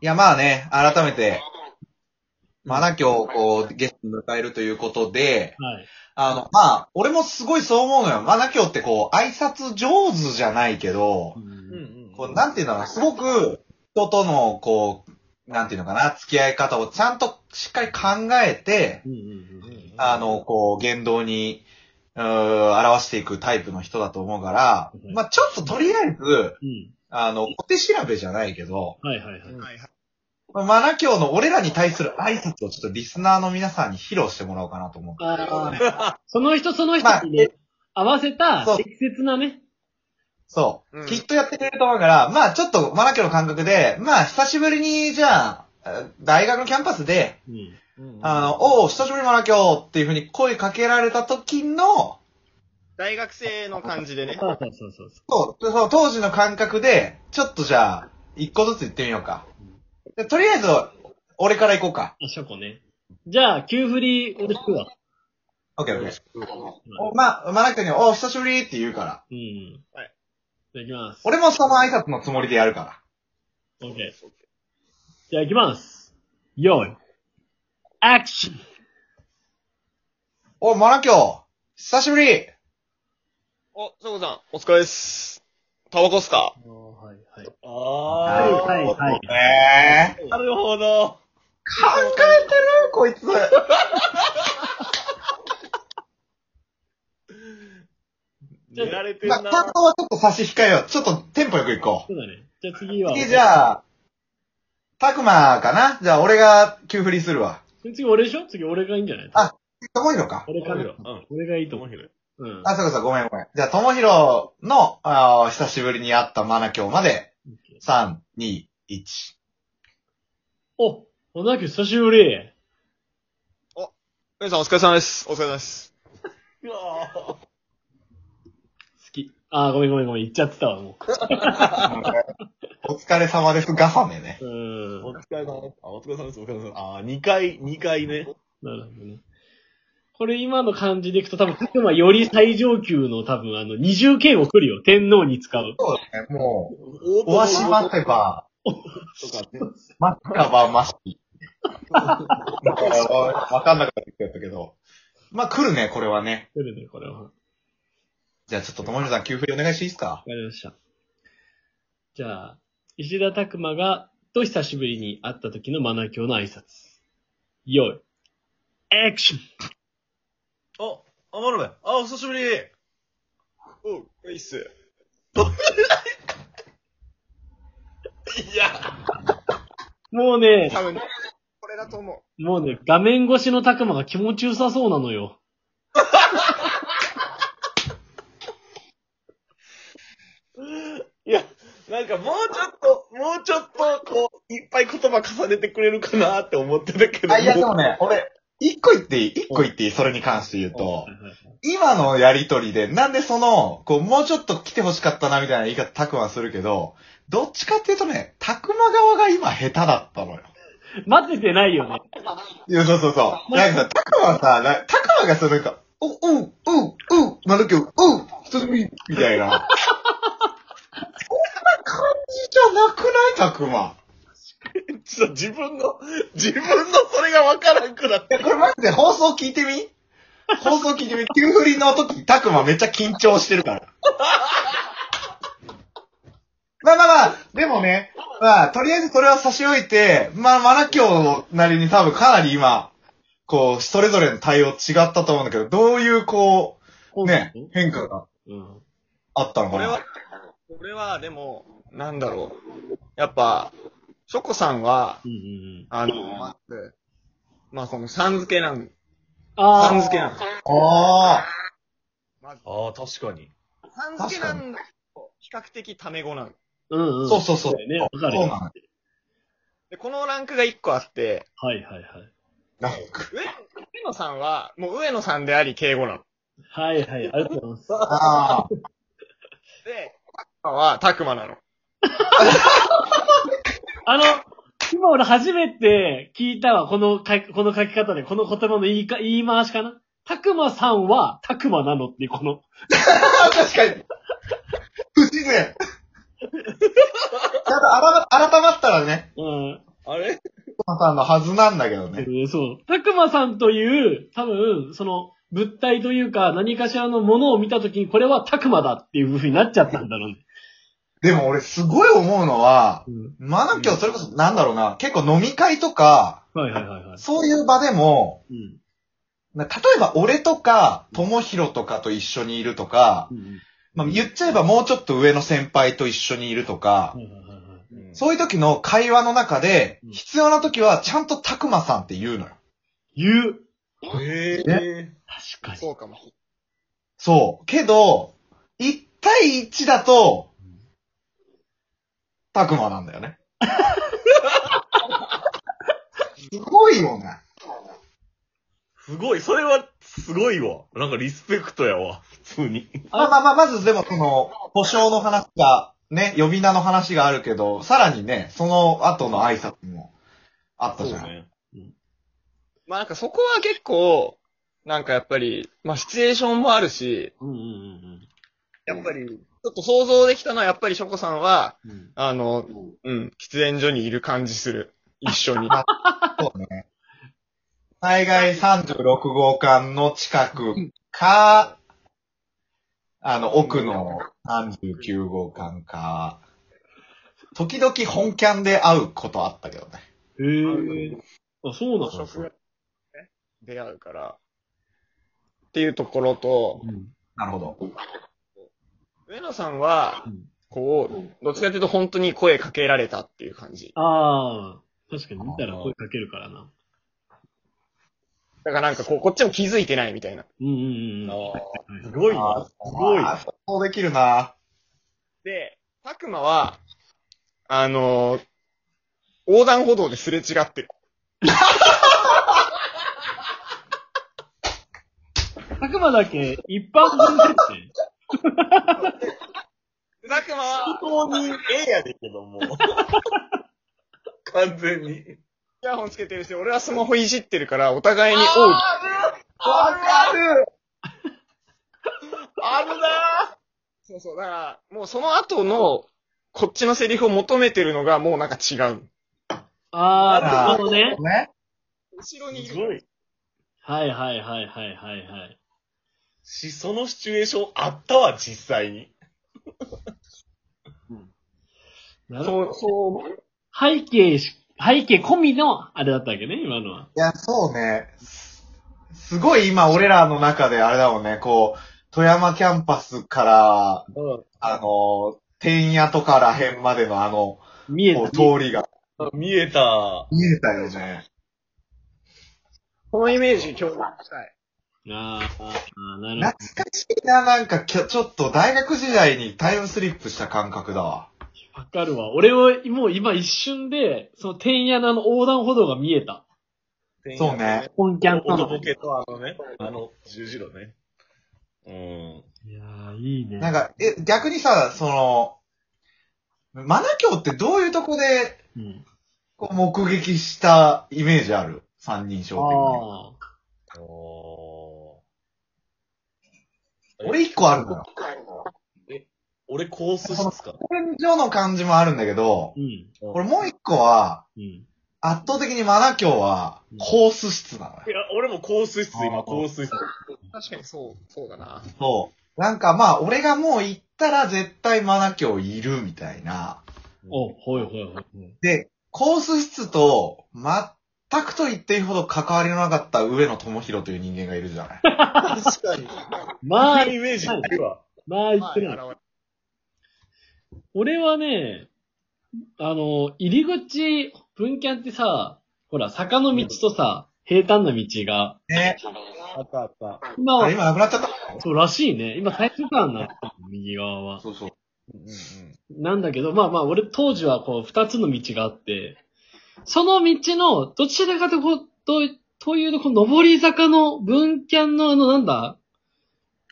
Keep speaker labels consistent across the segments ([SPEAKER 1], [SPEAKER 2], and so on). [SPEAKER 1] いや、まあね、改めて、まあな、今日、こう、ゲストに迎えるということで、
[SPEAKER 2] はい。
[SPEAKER 1] あの、まあ、俺もすごいそう思うのよ。まあな、今日ってこう、挨拶上手じゃないけど、
[SPEAKER 2] うん
[SPEAKER 3] うん
[SPEAKER 1] こう、なんていうのかな、すごく、人との、こう、なんていうのかな、付き合い方をちゃんとしっかり考えて、
[SPEAKER 2] うんうんうん
[SPEAKER 3] ん
[SPEAKER 1] あの、こう、言動に、うー表していくタイプの人だと思うから、
[SPEAKER 2] うん
[SPEAKER 1] まあ、ちょっととりあえず、
[SPEAKER 2] うん。
[SPEAKER 1] あの、お手調べじゃないけど、
[SPEAKER 2] はいはいはい。
[SPEAKER 3] はいはい
[SPEAKER 1] まあマナ教の俺らに対する挨拶をちょっとリスナーの皆さんに披露してもらおうかなと思う。
[SPEAKER 2] ああ、その人その人
[SPEAKER 1] まあ
[SPEAKER 2] にね、合わせた
[SPEAKER 1] そう
[SPEAKER 2] 適切なね。
[SPEAKER 1] そう、
[SPEAKER 3] うん
[SPEAKER 1] きっとやってくれると思うから、まあちょっとマナ教の感覚で、まあ久しぶりに、じゃあ、えー大学のキャンパスで、
[SPEAKER 2] うん。
[SPEAKER 3] うん
[SPEAKER 1] あの、おう、久しぶりマナ教っていうふうに声かけられた時の、
[SPEAKER 3] 大学生の感じでね。
[SPEAKER 2] そうそうそうそう。
[SPEAKER 1] そう、その当時の感覚で、ちょっとじゃあ、一個ずつ言ってみようか。でとりあえず、俺から行こうか。
[SPEAKER 2] あ、ショコね。じゃあ、急振り、俺引くわ。
[SPEAKER 1] オッケーオッケー。おまあ、マナ教に、おう、久しぶりって言うから。
[SPEAKER 2] うん。
[SPEAKER 3] はい。
[SPEAKER 2] じゃあ行きます。
[SPEAKER 1] 俺もその挨拶のつもりでやるから。
[SPEAKER 2] オッケー。じゃあ行きます。よい。アクション
[SPEAKER 1] おい、マナキョ久しぶり
[SPEAKER 3] お、翔子さん、お疲れです。タバコっすか
[SPEAKER 2] はいはい。
[SPEAKER 3] あ
[SPEAKER 1] ー
[SPEAKER 2] はいはい。
[SPEAKER 1] ええ
[SPEAKER 3] なるほど。
[SPEAKER 1] 考えてるこいつ。
[SPEAKER 2] じゃあ
[SPEAKER 3] 寝られてん
[SPEAKER 1] ま
[SPEAKER 3] な
[SPEAKER 1] あ、。感想はちょっと差し控えよう。ちょっとテンポよく行こ
[SPEAKER 2] そうだね。じゃあ次
[SPEAKER 1] う。
[SPEAKER 2] は、
[SPEAKER 1] 次、じゃあ、たくまかなじゃあ、俺が急振りするわ。
[SPEAKER 2] 次俺でしょ次俺がいいんじゃない
[SPEAKER 1] あともひろか。
[SPEAKER 2] 俺かよ。
[SPEAKER 3] うん
[SPEAKER 2] 俺がいいと思
[SPEAKER 3] 面
[SPEAKER 2] う。
[SPEAKER 3] 白い。
[SPEAKER 2] うん。
[SPEAKER 1] あ、そうかそうか、ごめんごめん。じゃあ、ともひろの、あー久しぶりに会ったマナキョまで、3、2、1。
[SPEAKER 2] お、小田急久しぶり。
[SPEAKER 3] 皆さんお疲れ様です。お疲れ様です。
[SPEAKER 2] 好き。あー、ごめんごめんごめん。言っちゃってたわ、も
[SPEAKER 1] お疲れ様です、ガサメね。
[SPEAKER 2] う。うん。
[SPEAKER 3] お疲れ様です。あ、お疲れ様です。お疲れ様です。あー、2回、2回ね。
[SPEAKER 2] なるほどね。これ今の感じでいくと多分、たくまより最上級の多分、あの、二重敬語来るよ。天皇に使う。
[SPEAKER 1] そうだね、もう、
[SPEAKER 3] お
[SPEAKER 1] おわしませば、
[SPEAKER 3] とかね。
[SPEAKER 1] マッカバマシ。なんかわわかんなかったやったけど。まあ、来るね、これはね。
[SPEAKER 2] 来るね、これは。わか
[SPEAKER 1] じゃあちょっと友達さん、給付お願いしていいですか
[SPEAKER 2] りました。じゃあ、石田拓馬が、と久しぶりに会った時のマナ教の挨拶。よい。アクション
[SPEAKER 3] お、あ、マルメ。あ、お久しぶり。おう、いいっす。いや、
[SPEAKER 2] もうね、
[SPEAKER 3] 多分、これだと思
[SPEAKER 2] もうね、画面越しの拓馬が気持ちよさそうなのよ。
[SPEAKER 3] う。いや、なんかもうちょっと、もうちょっと、こう、いっぱい言葉重ねてくれるかなって思ってたけど。
[SPEAKER 1] あ、いや、でもね、俺、一個言っていい一個言っていいそれに関して言うと
[SPEAKER 2] はい、はいはい
[SPEAKER 1] 今のやりとりで、なんでその、こう、もうちょっと来て欲しかったなみたいな言い方、たくまんするけど、どっちかっていうとね、たくま側が今下手だったのよ。
[SPEAKER 2] 待っててないよね。
[SPEAKER 1] いや、そうそうそう。なんかさ、たくまさ、なたくまがそのなんか、お、おう、おう、おう、まるきょう、おう、久しぶり、みたいな。そんな感じじゃなくないたくま。
[SPEAKER 3] ちょっと自分の、 自分のそれがわからんくなっ
[SPEAKER 1] い
[SPEAKER 3] て。
[SPEAKER 1] や、これマジで放送聞いてみ放送聞いてみ急振りの時、たくまめっちゃ緊張してるから。まあまあまあ、でもね、まあ、とりあえずそれは差し置いて、まあ、マナキョウなりに多分かなり今、こう、それぞれの対応違ったと思うんだけど、どういうこう、ね、変化が
[SPEAKER 2] うん。
[SPEAKER 1] あったのか
[SPEAKER 3] これ
[SPEAKER 1] な
[SPEAKER 3] は、これはでも、なんだろう。やっぱ、ショコさんは、
[SPEAKER 2] うんうんうん。
[SPEAKER 3] あの、まず、まあこのさん付けなん、
[SPEAKER 2] あ
[SPEAKER 3] さん
[SPEAKER 2] ー
[SPEAKER 3] 付けなんです。
[SPEAKER 1] ああ、
[SPEAKER 4] ああ、確かに。
[SPEAKER 3] さん付けなんだけど、比較的タメ語なん
[SPEAKER 2] うんうん。
[SPEAKER 1] そうそうそう。
[SPEAKER 2] ね、わかる
[SPEAKER 1] そう
[SPEAKER 2] よ。
[SPEAKER 1] なの。
[SPEAKER 3] で、このランクが1個あって、
[SPEAKER 2] はいはいはい。
[SPEAKER 1] なんか
[SPEAKER 3] 上上野さんは、もう上野さんであり敬語なの。
[SPEAKER 2] はいはい、ありがとうございます。
[SPEAKER 1] ああ、
[SPEAKER 3] で、タクマはタクマなの。
[SPEAKER 2] あの、今俺初めて聞いたわ、この書き、この書き方で、この言葉の言いか、言い回しかな。たくまさんは、たくまなのっていう、この。
[SPEAKER 1] 確かに。不自然。ちゃんと改ま改まったらね、
[SPEAKER 2] うん。
[SPEAKER 5] あれ
[SPEAKER 1] まさんのはずなんだけどね。
[SPEAKER 2] そう。たくまさんという、多分、その、物体というか、何かしらのものを見たときに、これはたくまだっていう風になっちゃったんだろうね。
[SPEAKER 1] でも俺すごい思うのは、
[SPEAKER 2] うん。
[SPEAKER 1] マナキョウそれこそなんだろうな、結構飲み会とか、
[SPEAKER 2] はいはいはいはい。
[SPEAKER 1] そういう場でも、
[SPEAKER 2] うん。
[SPEAKER 1] な例えば俺とか、ともひろとかと一緒にいるとか、
[SPEAKER 2] うん。
[SPEAKER 1] まあ、言っちゃえばもうちょっと上の先輩と一緒にいるとか
[SPEAKER 2] は、いはいはいはい。
[SPEAKER 4] うん
[SPEAKER 1] そういう時の会話の中で
[SPEAKER 2] うん、
[SPEAKER 1] 必要な時はちゃんとたくまさんって言うのよ。
[SPEAKER 2] 言う。
[SPEAKER 5] ええ
[SPEAKER 2] 確かに。
[SPEAKER 3] そうかも。
[SPEAKER 1] そう。けど、1対1だと、たくまなんだよね。すごいよね。
[SPEAKER 4] すごい、それはすごいわ。なんかリスペクトやわ、普通に。
[SPEAKER 1] まあまあまあ、まずでもその、保証の話が、ね、呼び名の話があるけど、さらにね、その後の挨拶もあったじゃん。
[SPEAKER 4] ね。
[SPEAKER 3] まあなんかそこは結構、なんかやっぱり、まあシチュエーションもあるし、
[SPEAKER 2] うんうんうん
[SPEAKER 3] やっぱり、ちょっと想像できたのはやっぱりショコさんは、
[SPEAKER 2] うんうん。
[SPEAKER 3] あの、うん、喫煙所にいる感じする。一緒 に。
[SPEAKER 1] そうね。災害36号館の近くか、あの、奥の39号館か、時々本キャンで会うことあったけどね。
[SPEAKER 2] へえ。あ、そうなんだ。
[SPEAKER 3] 食がね出会うから。っていうところと、
[SPEAKER 2] うん。
[SPEAKER 1] なるほど。
[SPEAKER 3] 上野さんは
[SPEAKER 2] うん、
[SPEAKER 3] こう、どっちかというと本当に声かけられたっていう感じ。
[SPEAKER 2] ああ、確かに見たら声かけるからな。
[SPEAKER 3] だからなんかこう、こっちも気づいてないみたいな。
[SPEAKER 2] うんうんうん。
[SPEAKER 4] あ
[SPEAKER 2] は
[SPEAKER 4] あ、す
[SPEAKER 2] い
[SPEAKER 4] ごい
[SPEAKER 1] あー
[SPEAKER 4] わ。すごい。
[SPEAKER 1] あー想像できるな。
[SPEAKER 3] で、たくまは、あのー横断歩道ですれ違ってる。
[SPEAKER 2] たくまだけ、一般人設定。
[SPEAKER 3] たくまは、
[SPEAKER 4] 本当にええやでけど、もう。完全に。
[SPEAKER 3] イヤホンつけてるし、俺はスマホいじってるから、お互いにおう。
[SPEAKER 1] わかる
[SPEAKER 3] あるなそうそう、だから、もうその後の、こっちのセリフを求めてるのが、もうなんか違う。
[SPEAKER 2] ああ、なるほどね。
[SPEAKER 1] ね。
[SPEAKER 3] 後ろにい
[SPEAKER 4] す
[SPEAKER 3] る。
[SPEAKER 4] ごい。
[SPEAKER 2] はいはいはいはいはいはい。
[SPEAKER 4] し、そのシチュエーションあったわ、実際に。
[SPEAKER 2] なるほど。
[SPEAKER 3] そう、そう、
[SPEAKER 2] 背景し、背景込みの、あれだったわけね、今のは。
[SPEAKER 1] いや、そうね。すすごい今、俺らの中であれだもんね、こう、富山キャンパスから、あの、天野とから辺までのあの、
[SPEAKER 2] 見えた
[SPEAKER 1] こう。通りが
[SPEAKER 4] 見えた。
[SPEAKER 1] 見えたよね。
[SPEAKER 3] このイメージ共有したい。
[SPEAKER 2] あーあー、なるほ
[SPEAKER 1] 懐かしいな、なんかきょ、ちょっと大学時代にタイムスリップした感覚だわ。
[SPEAKER 2] ど。わかるわ。俺は、もう今一瞬で、その、天野の横断歩道が見えた。
[SPEAKER 1] そうね。
[SPEAKER 2] 本キャンとの
[SPEAKER 4] 男。系とあのね、あの、十字路ね。うん。
[SPEAKER 2] いやー、いいね。
[SPEAKER 1] なんか、え、逆にさ、その、マナキョウってどういうとこで、
[SPEAKER 2] うん。
[SPEAKER 1] こう、目撃したイメージある三人称的に。
[SPEAKER 2] ああ。
[SPEAKER 4] お
[SPEAKER 1] 俺一個あるのよ。
[SPEAKER 4] 俺、コース室か。
[SPEAKER 1] 天井の感じもあるんだけど、
[SPEAKER 2] うん。
[SPEAKER 1] 俺もう一個は、
[SPEAKER 2] うん。
[SPEAKER 1] 圧倒的にマナキョウは、コース室なのよ
[SPEAKER 4] い。や、俺も香水室、
[SPEAKER 1] あ
[SPEAKER 4] 今、
[SPEAKER 1] ー
[SPEAKER 4] 香水室。
[SPEAKER 3] 確かにそう、そうだな。
[SPEAKER 1] そう。なんかまあ、俺がもう行ったら絶対マナキョウいるみたいな。
[SPEAKER 2] お、ほいほいほい。うん
[SPEAKER 1] で、コース室と全くと言っていいほど関わりのなかった上野智弘という人間がいるじゃない。
[SPEAKER 3] 確かに。
[SPEAKER 2] まあ
[SPEAKER 4] そう、いうイメージあるわ。
[SPEAKER 2] まあ言
[SPEAKER 3] ま
[SPEAKER 2] っ
[SPEAKER 3] あ
[SPEAKER 2] てない。
[SPEAKER 3] 現れる
[SPEAKER 2] 俺はね、あの、入り口、文キャンってさ、ほら、坂の道とさ、平坦な道が、
[SPEAKER 1] ね。
[SPEAKER 4] あったあった。
[SPEAKER 2] 今
[SPEAKER 1] あれ今
[SPEAKER 2] は、
[SPEAKER 1] なくなっちゃった
[SPEAKER 2] そうらしいね。今最終段になってる、右側は。
[SPEAKER 1] そうそう。
[SPEAKER 4] うんう
[SPEAKER 2] なんだけど、まあまあ、俺当時はこう、二つの道があって、その道の、どちらかというと、というと、この上り坂の文キャンのあの、なんだ
[SPEAKER 4] ん。は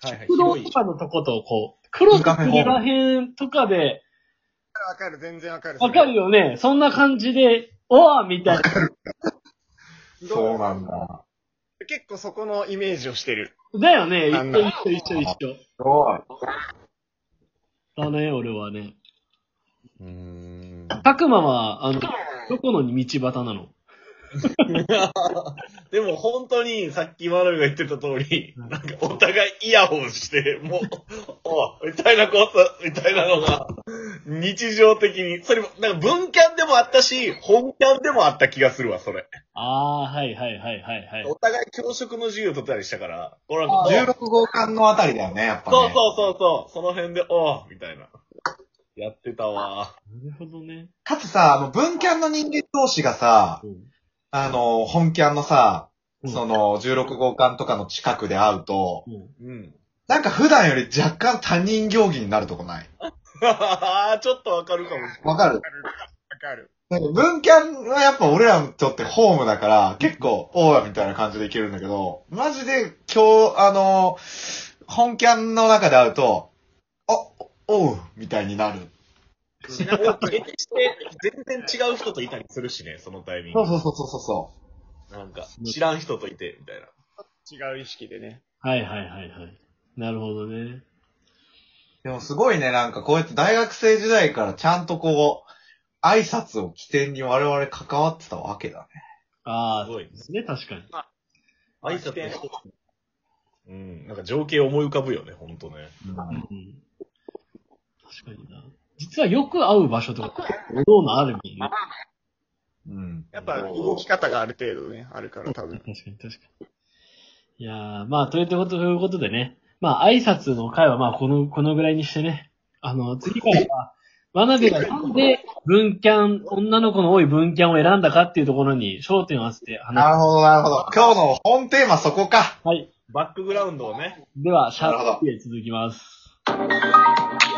[SPEAKER 4] いはい、
[SPEAKER 2] 黒
[SPEAKER 4] 広
[SPEAKER 2] と
[SPEAKER 4] い。
[SPEAKER 2] かのとこと、こう、黒と栗らへんとかで、
[SPEAKER 3] わかる、全然わかる。
[SPEAKER 2] わかるよね。そんな感じで、おーみたいな。
[SPEAKER 1] そうなんだ。
[SPEAKER 3] 結構そこのイメージをしてる。
[SPEAKER 2] だよね。一
[SPEAKER 3] なんだ
[SPEAKER 2] 緒一緒一緒一緒。
[SPEAKER 1] すごい。
[SPEAKER 2] だね、俺はね。
[SPEAKER 4] うーん。
[SPEAKER 2] たくまは、あの、どこの道端なの
[SPEAKER 4] でも本当に、さっきマナミが言ってた通り、なんかお互いイヤホンして、もう、 おみたいなこと、みたいなのが、日常的に、それも、なんか文キャンでもあったし、本キャンでもあった気がするわ、それ。
[SPEAKER 2] ああ、はいはいはいはいはい。
[SPEAKER 4] お互い教職の授業取ったりしたから、これなんか
[SPEAKER 1] 16号館のあたりだよね、やっぱね。
[SPEAKER 4] そうそうそうそう、その辺で、おみたいな。やってたわ。
[SPEAKER 2] なるほどね。
[SPEAKER 1] かつさ、あの、文キャンの人間同士がさ、
[SPEAKER 2] うん
[SPEAKER 1] あの、本キャンのさ、
[SPEAKER 2] うん
[SPEAKER 1] その、16号館とかの近くで会うと、
[SPEAKER 2] うん
[SPEAKER 4] うん。
[SPEAKER 1] なんか普段より若干他人行儀になるとこない
[SPEAKER 4] ああ、ちょっとわかるかもしれない。
[SPEAKER 1] わかる
[SPEAKER 6] わかる。
[SPEAKER 1] なんか文キャンはやっぱ俺らにとってホームだから、結構、オーラみたいな感じでいけるんだけど、マジで今日、あの、本キャンの中で会うと、あ、おう、みたいになる。
[SPEAKER 4] しなか決して、全然違う人といたりするしね、そのタイミング
[SPEAKER 1] そう。そうそうそうそうそ
[SPEAKER 4] なんか、知らん人といて、みたいな。
[SPEAKER 6] 違う意識でね。
[SPEAKER 2] はいはいはいはい。なるほどね。
[SPEAKER 1] う。でもすごいね、なんかこうやって大学生時代からちゃんとこう、挨拶を起点に我々関わってたわけだね。
[SPEAKER 2] ああ、
[SPEAKER 4] すごい
[SPEAKER 2] ですね、確かに。
[SPEAKER 4] 挨拶の一つ。うん、なんか情景思い浮かぶよね、ほんとね。
[SPEAKER 1] うん
[SPEAKER 2] うん。確かにな。実はよく会う場所とか、どうのあるみたいな。
[SPEAKER 1] うん。
[SPEAKER 6] やっぱ動き方がある程度ね、あるから多分。
[SPEAKER 2] 確かに確かに。いやー、まあ、ということということでね、まあ、挨拶の回はまあ、この、このぐらいにしてね、あの、次からは、真鍋がなんで文キャン、女の子の多い文キャンを選んだかっていうところに焦点を合わせて
[SPEAKER 1] な
[SPEAKER 2] 話
[SPEAKER 1] るほど、なるほど。今日の本テーマそこか。
[SPEAKER 2] す。はい。
[SPEAKER 4] バックグラウンドをね。
[SPEAKER 2] では、シャ
[SPEAKER 1] なるほ
[SPEAKER 2] ープで続きます。
[SPEAKER 1] は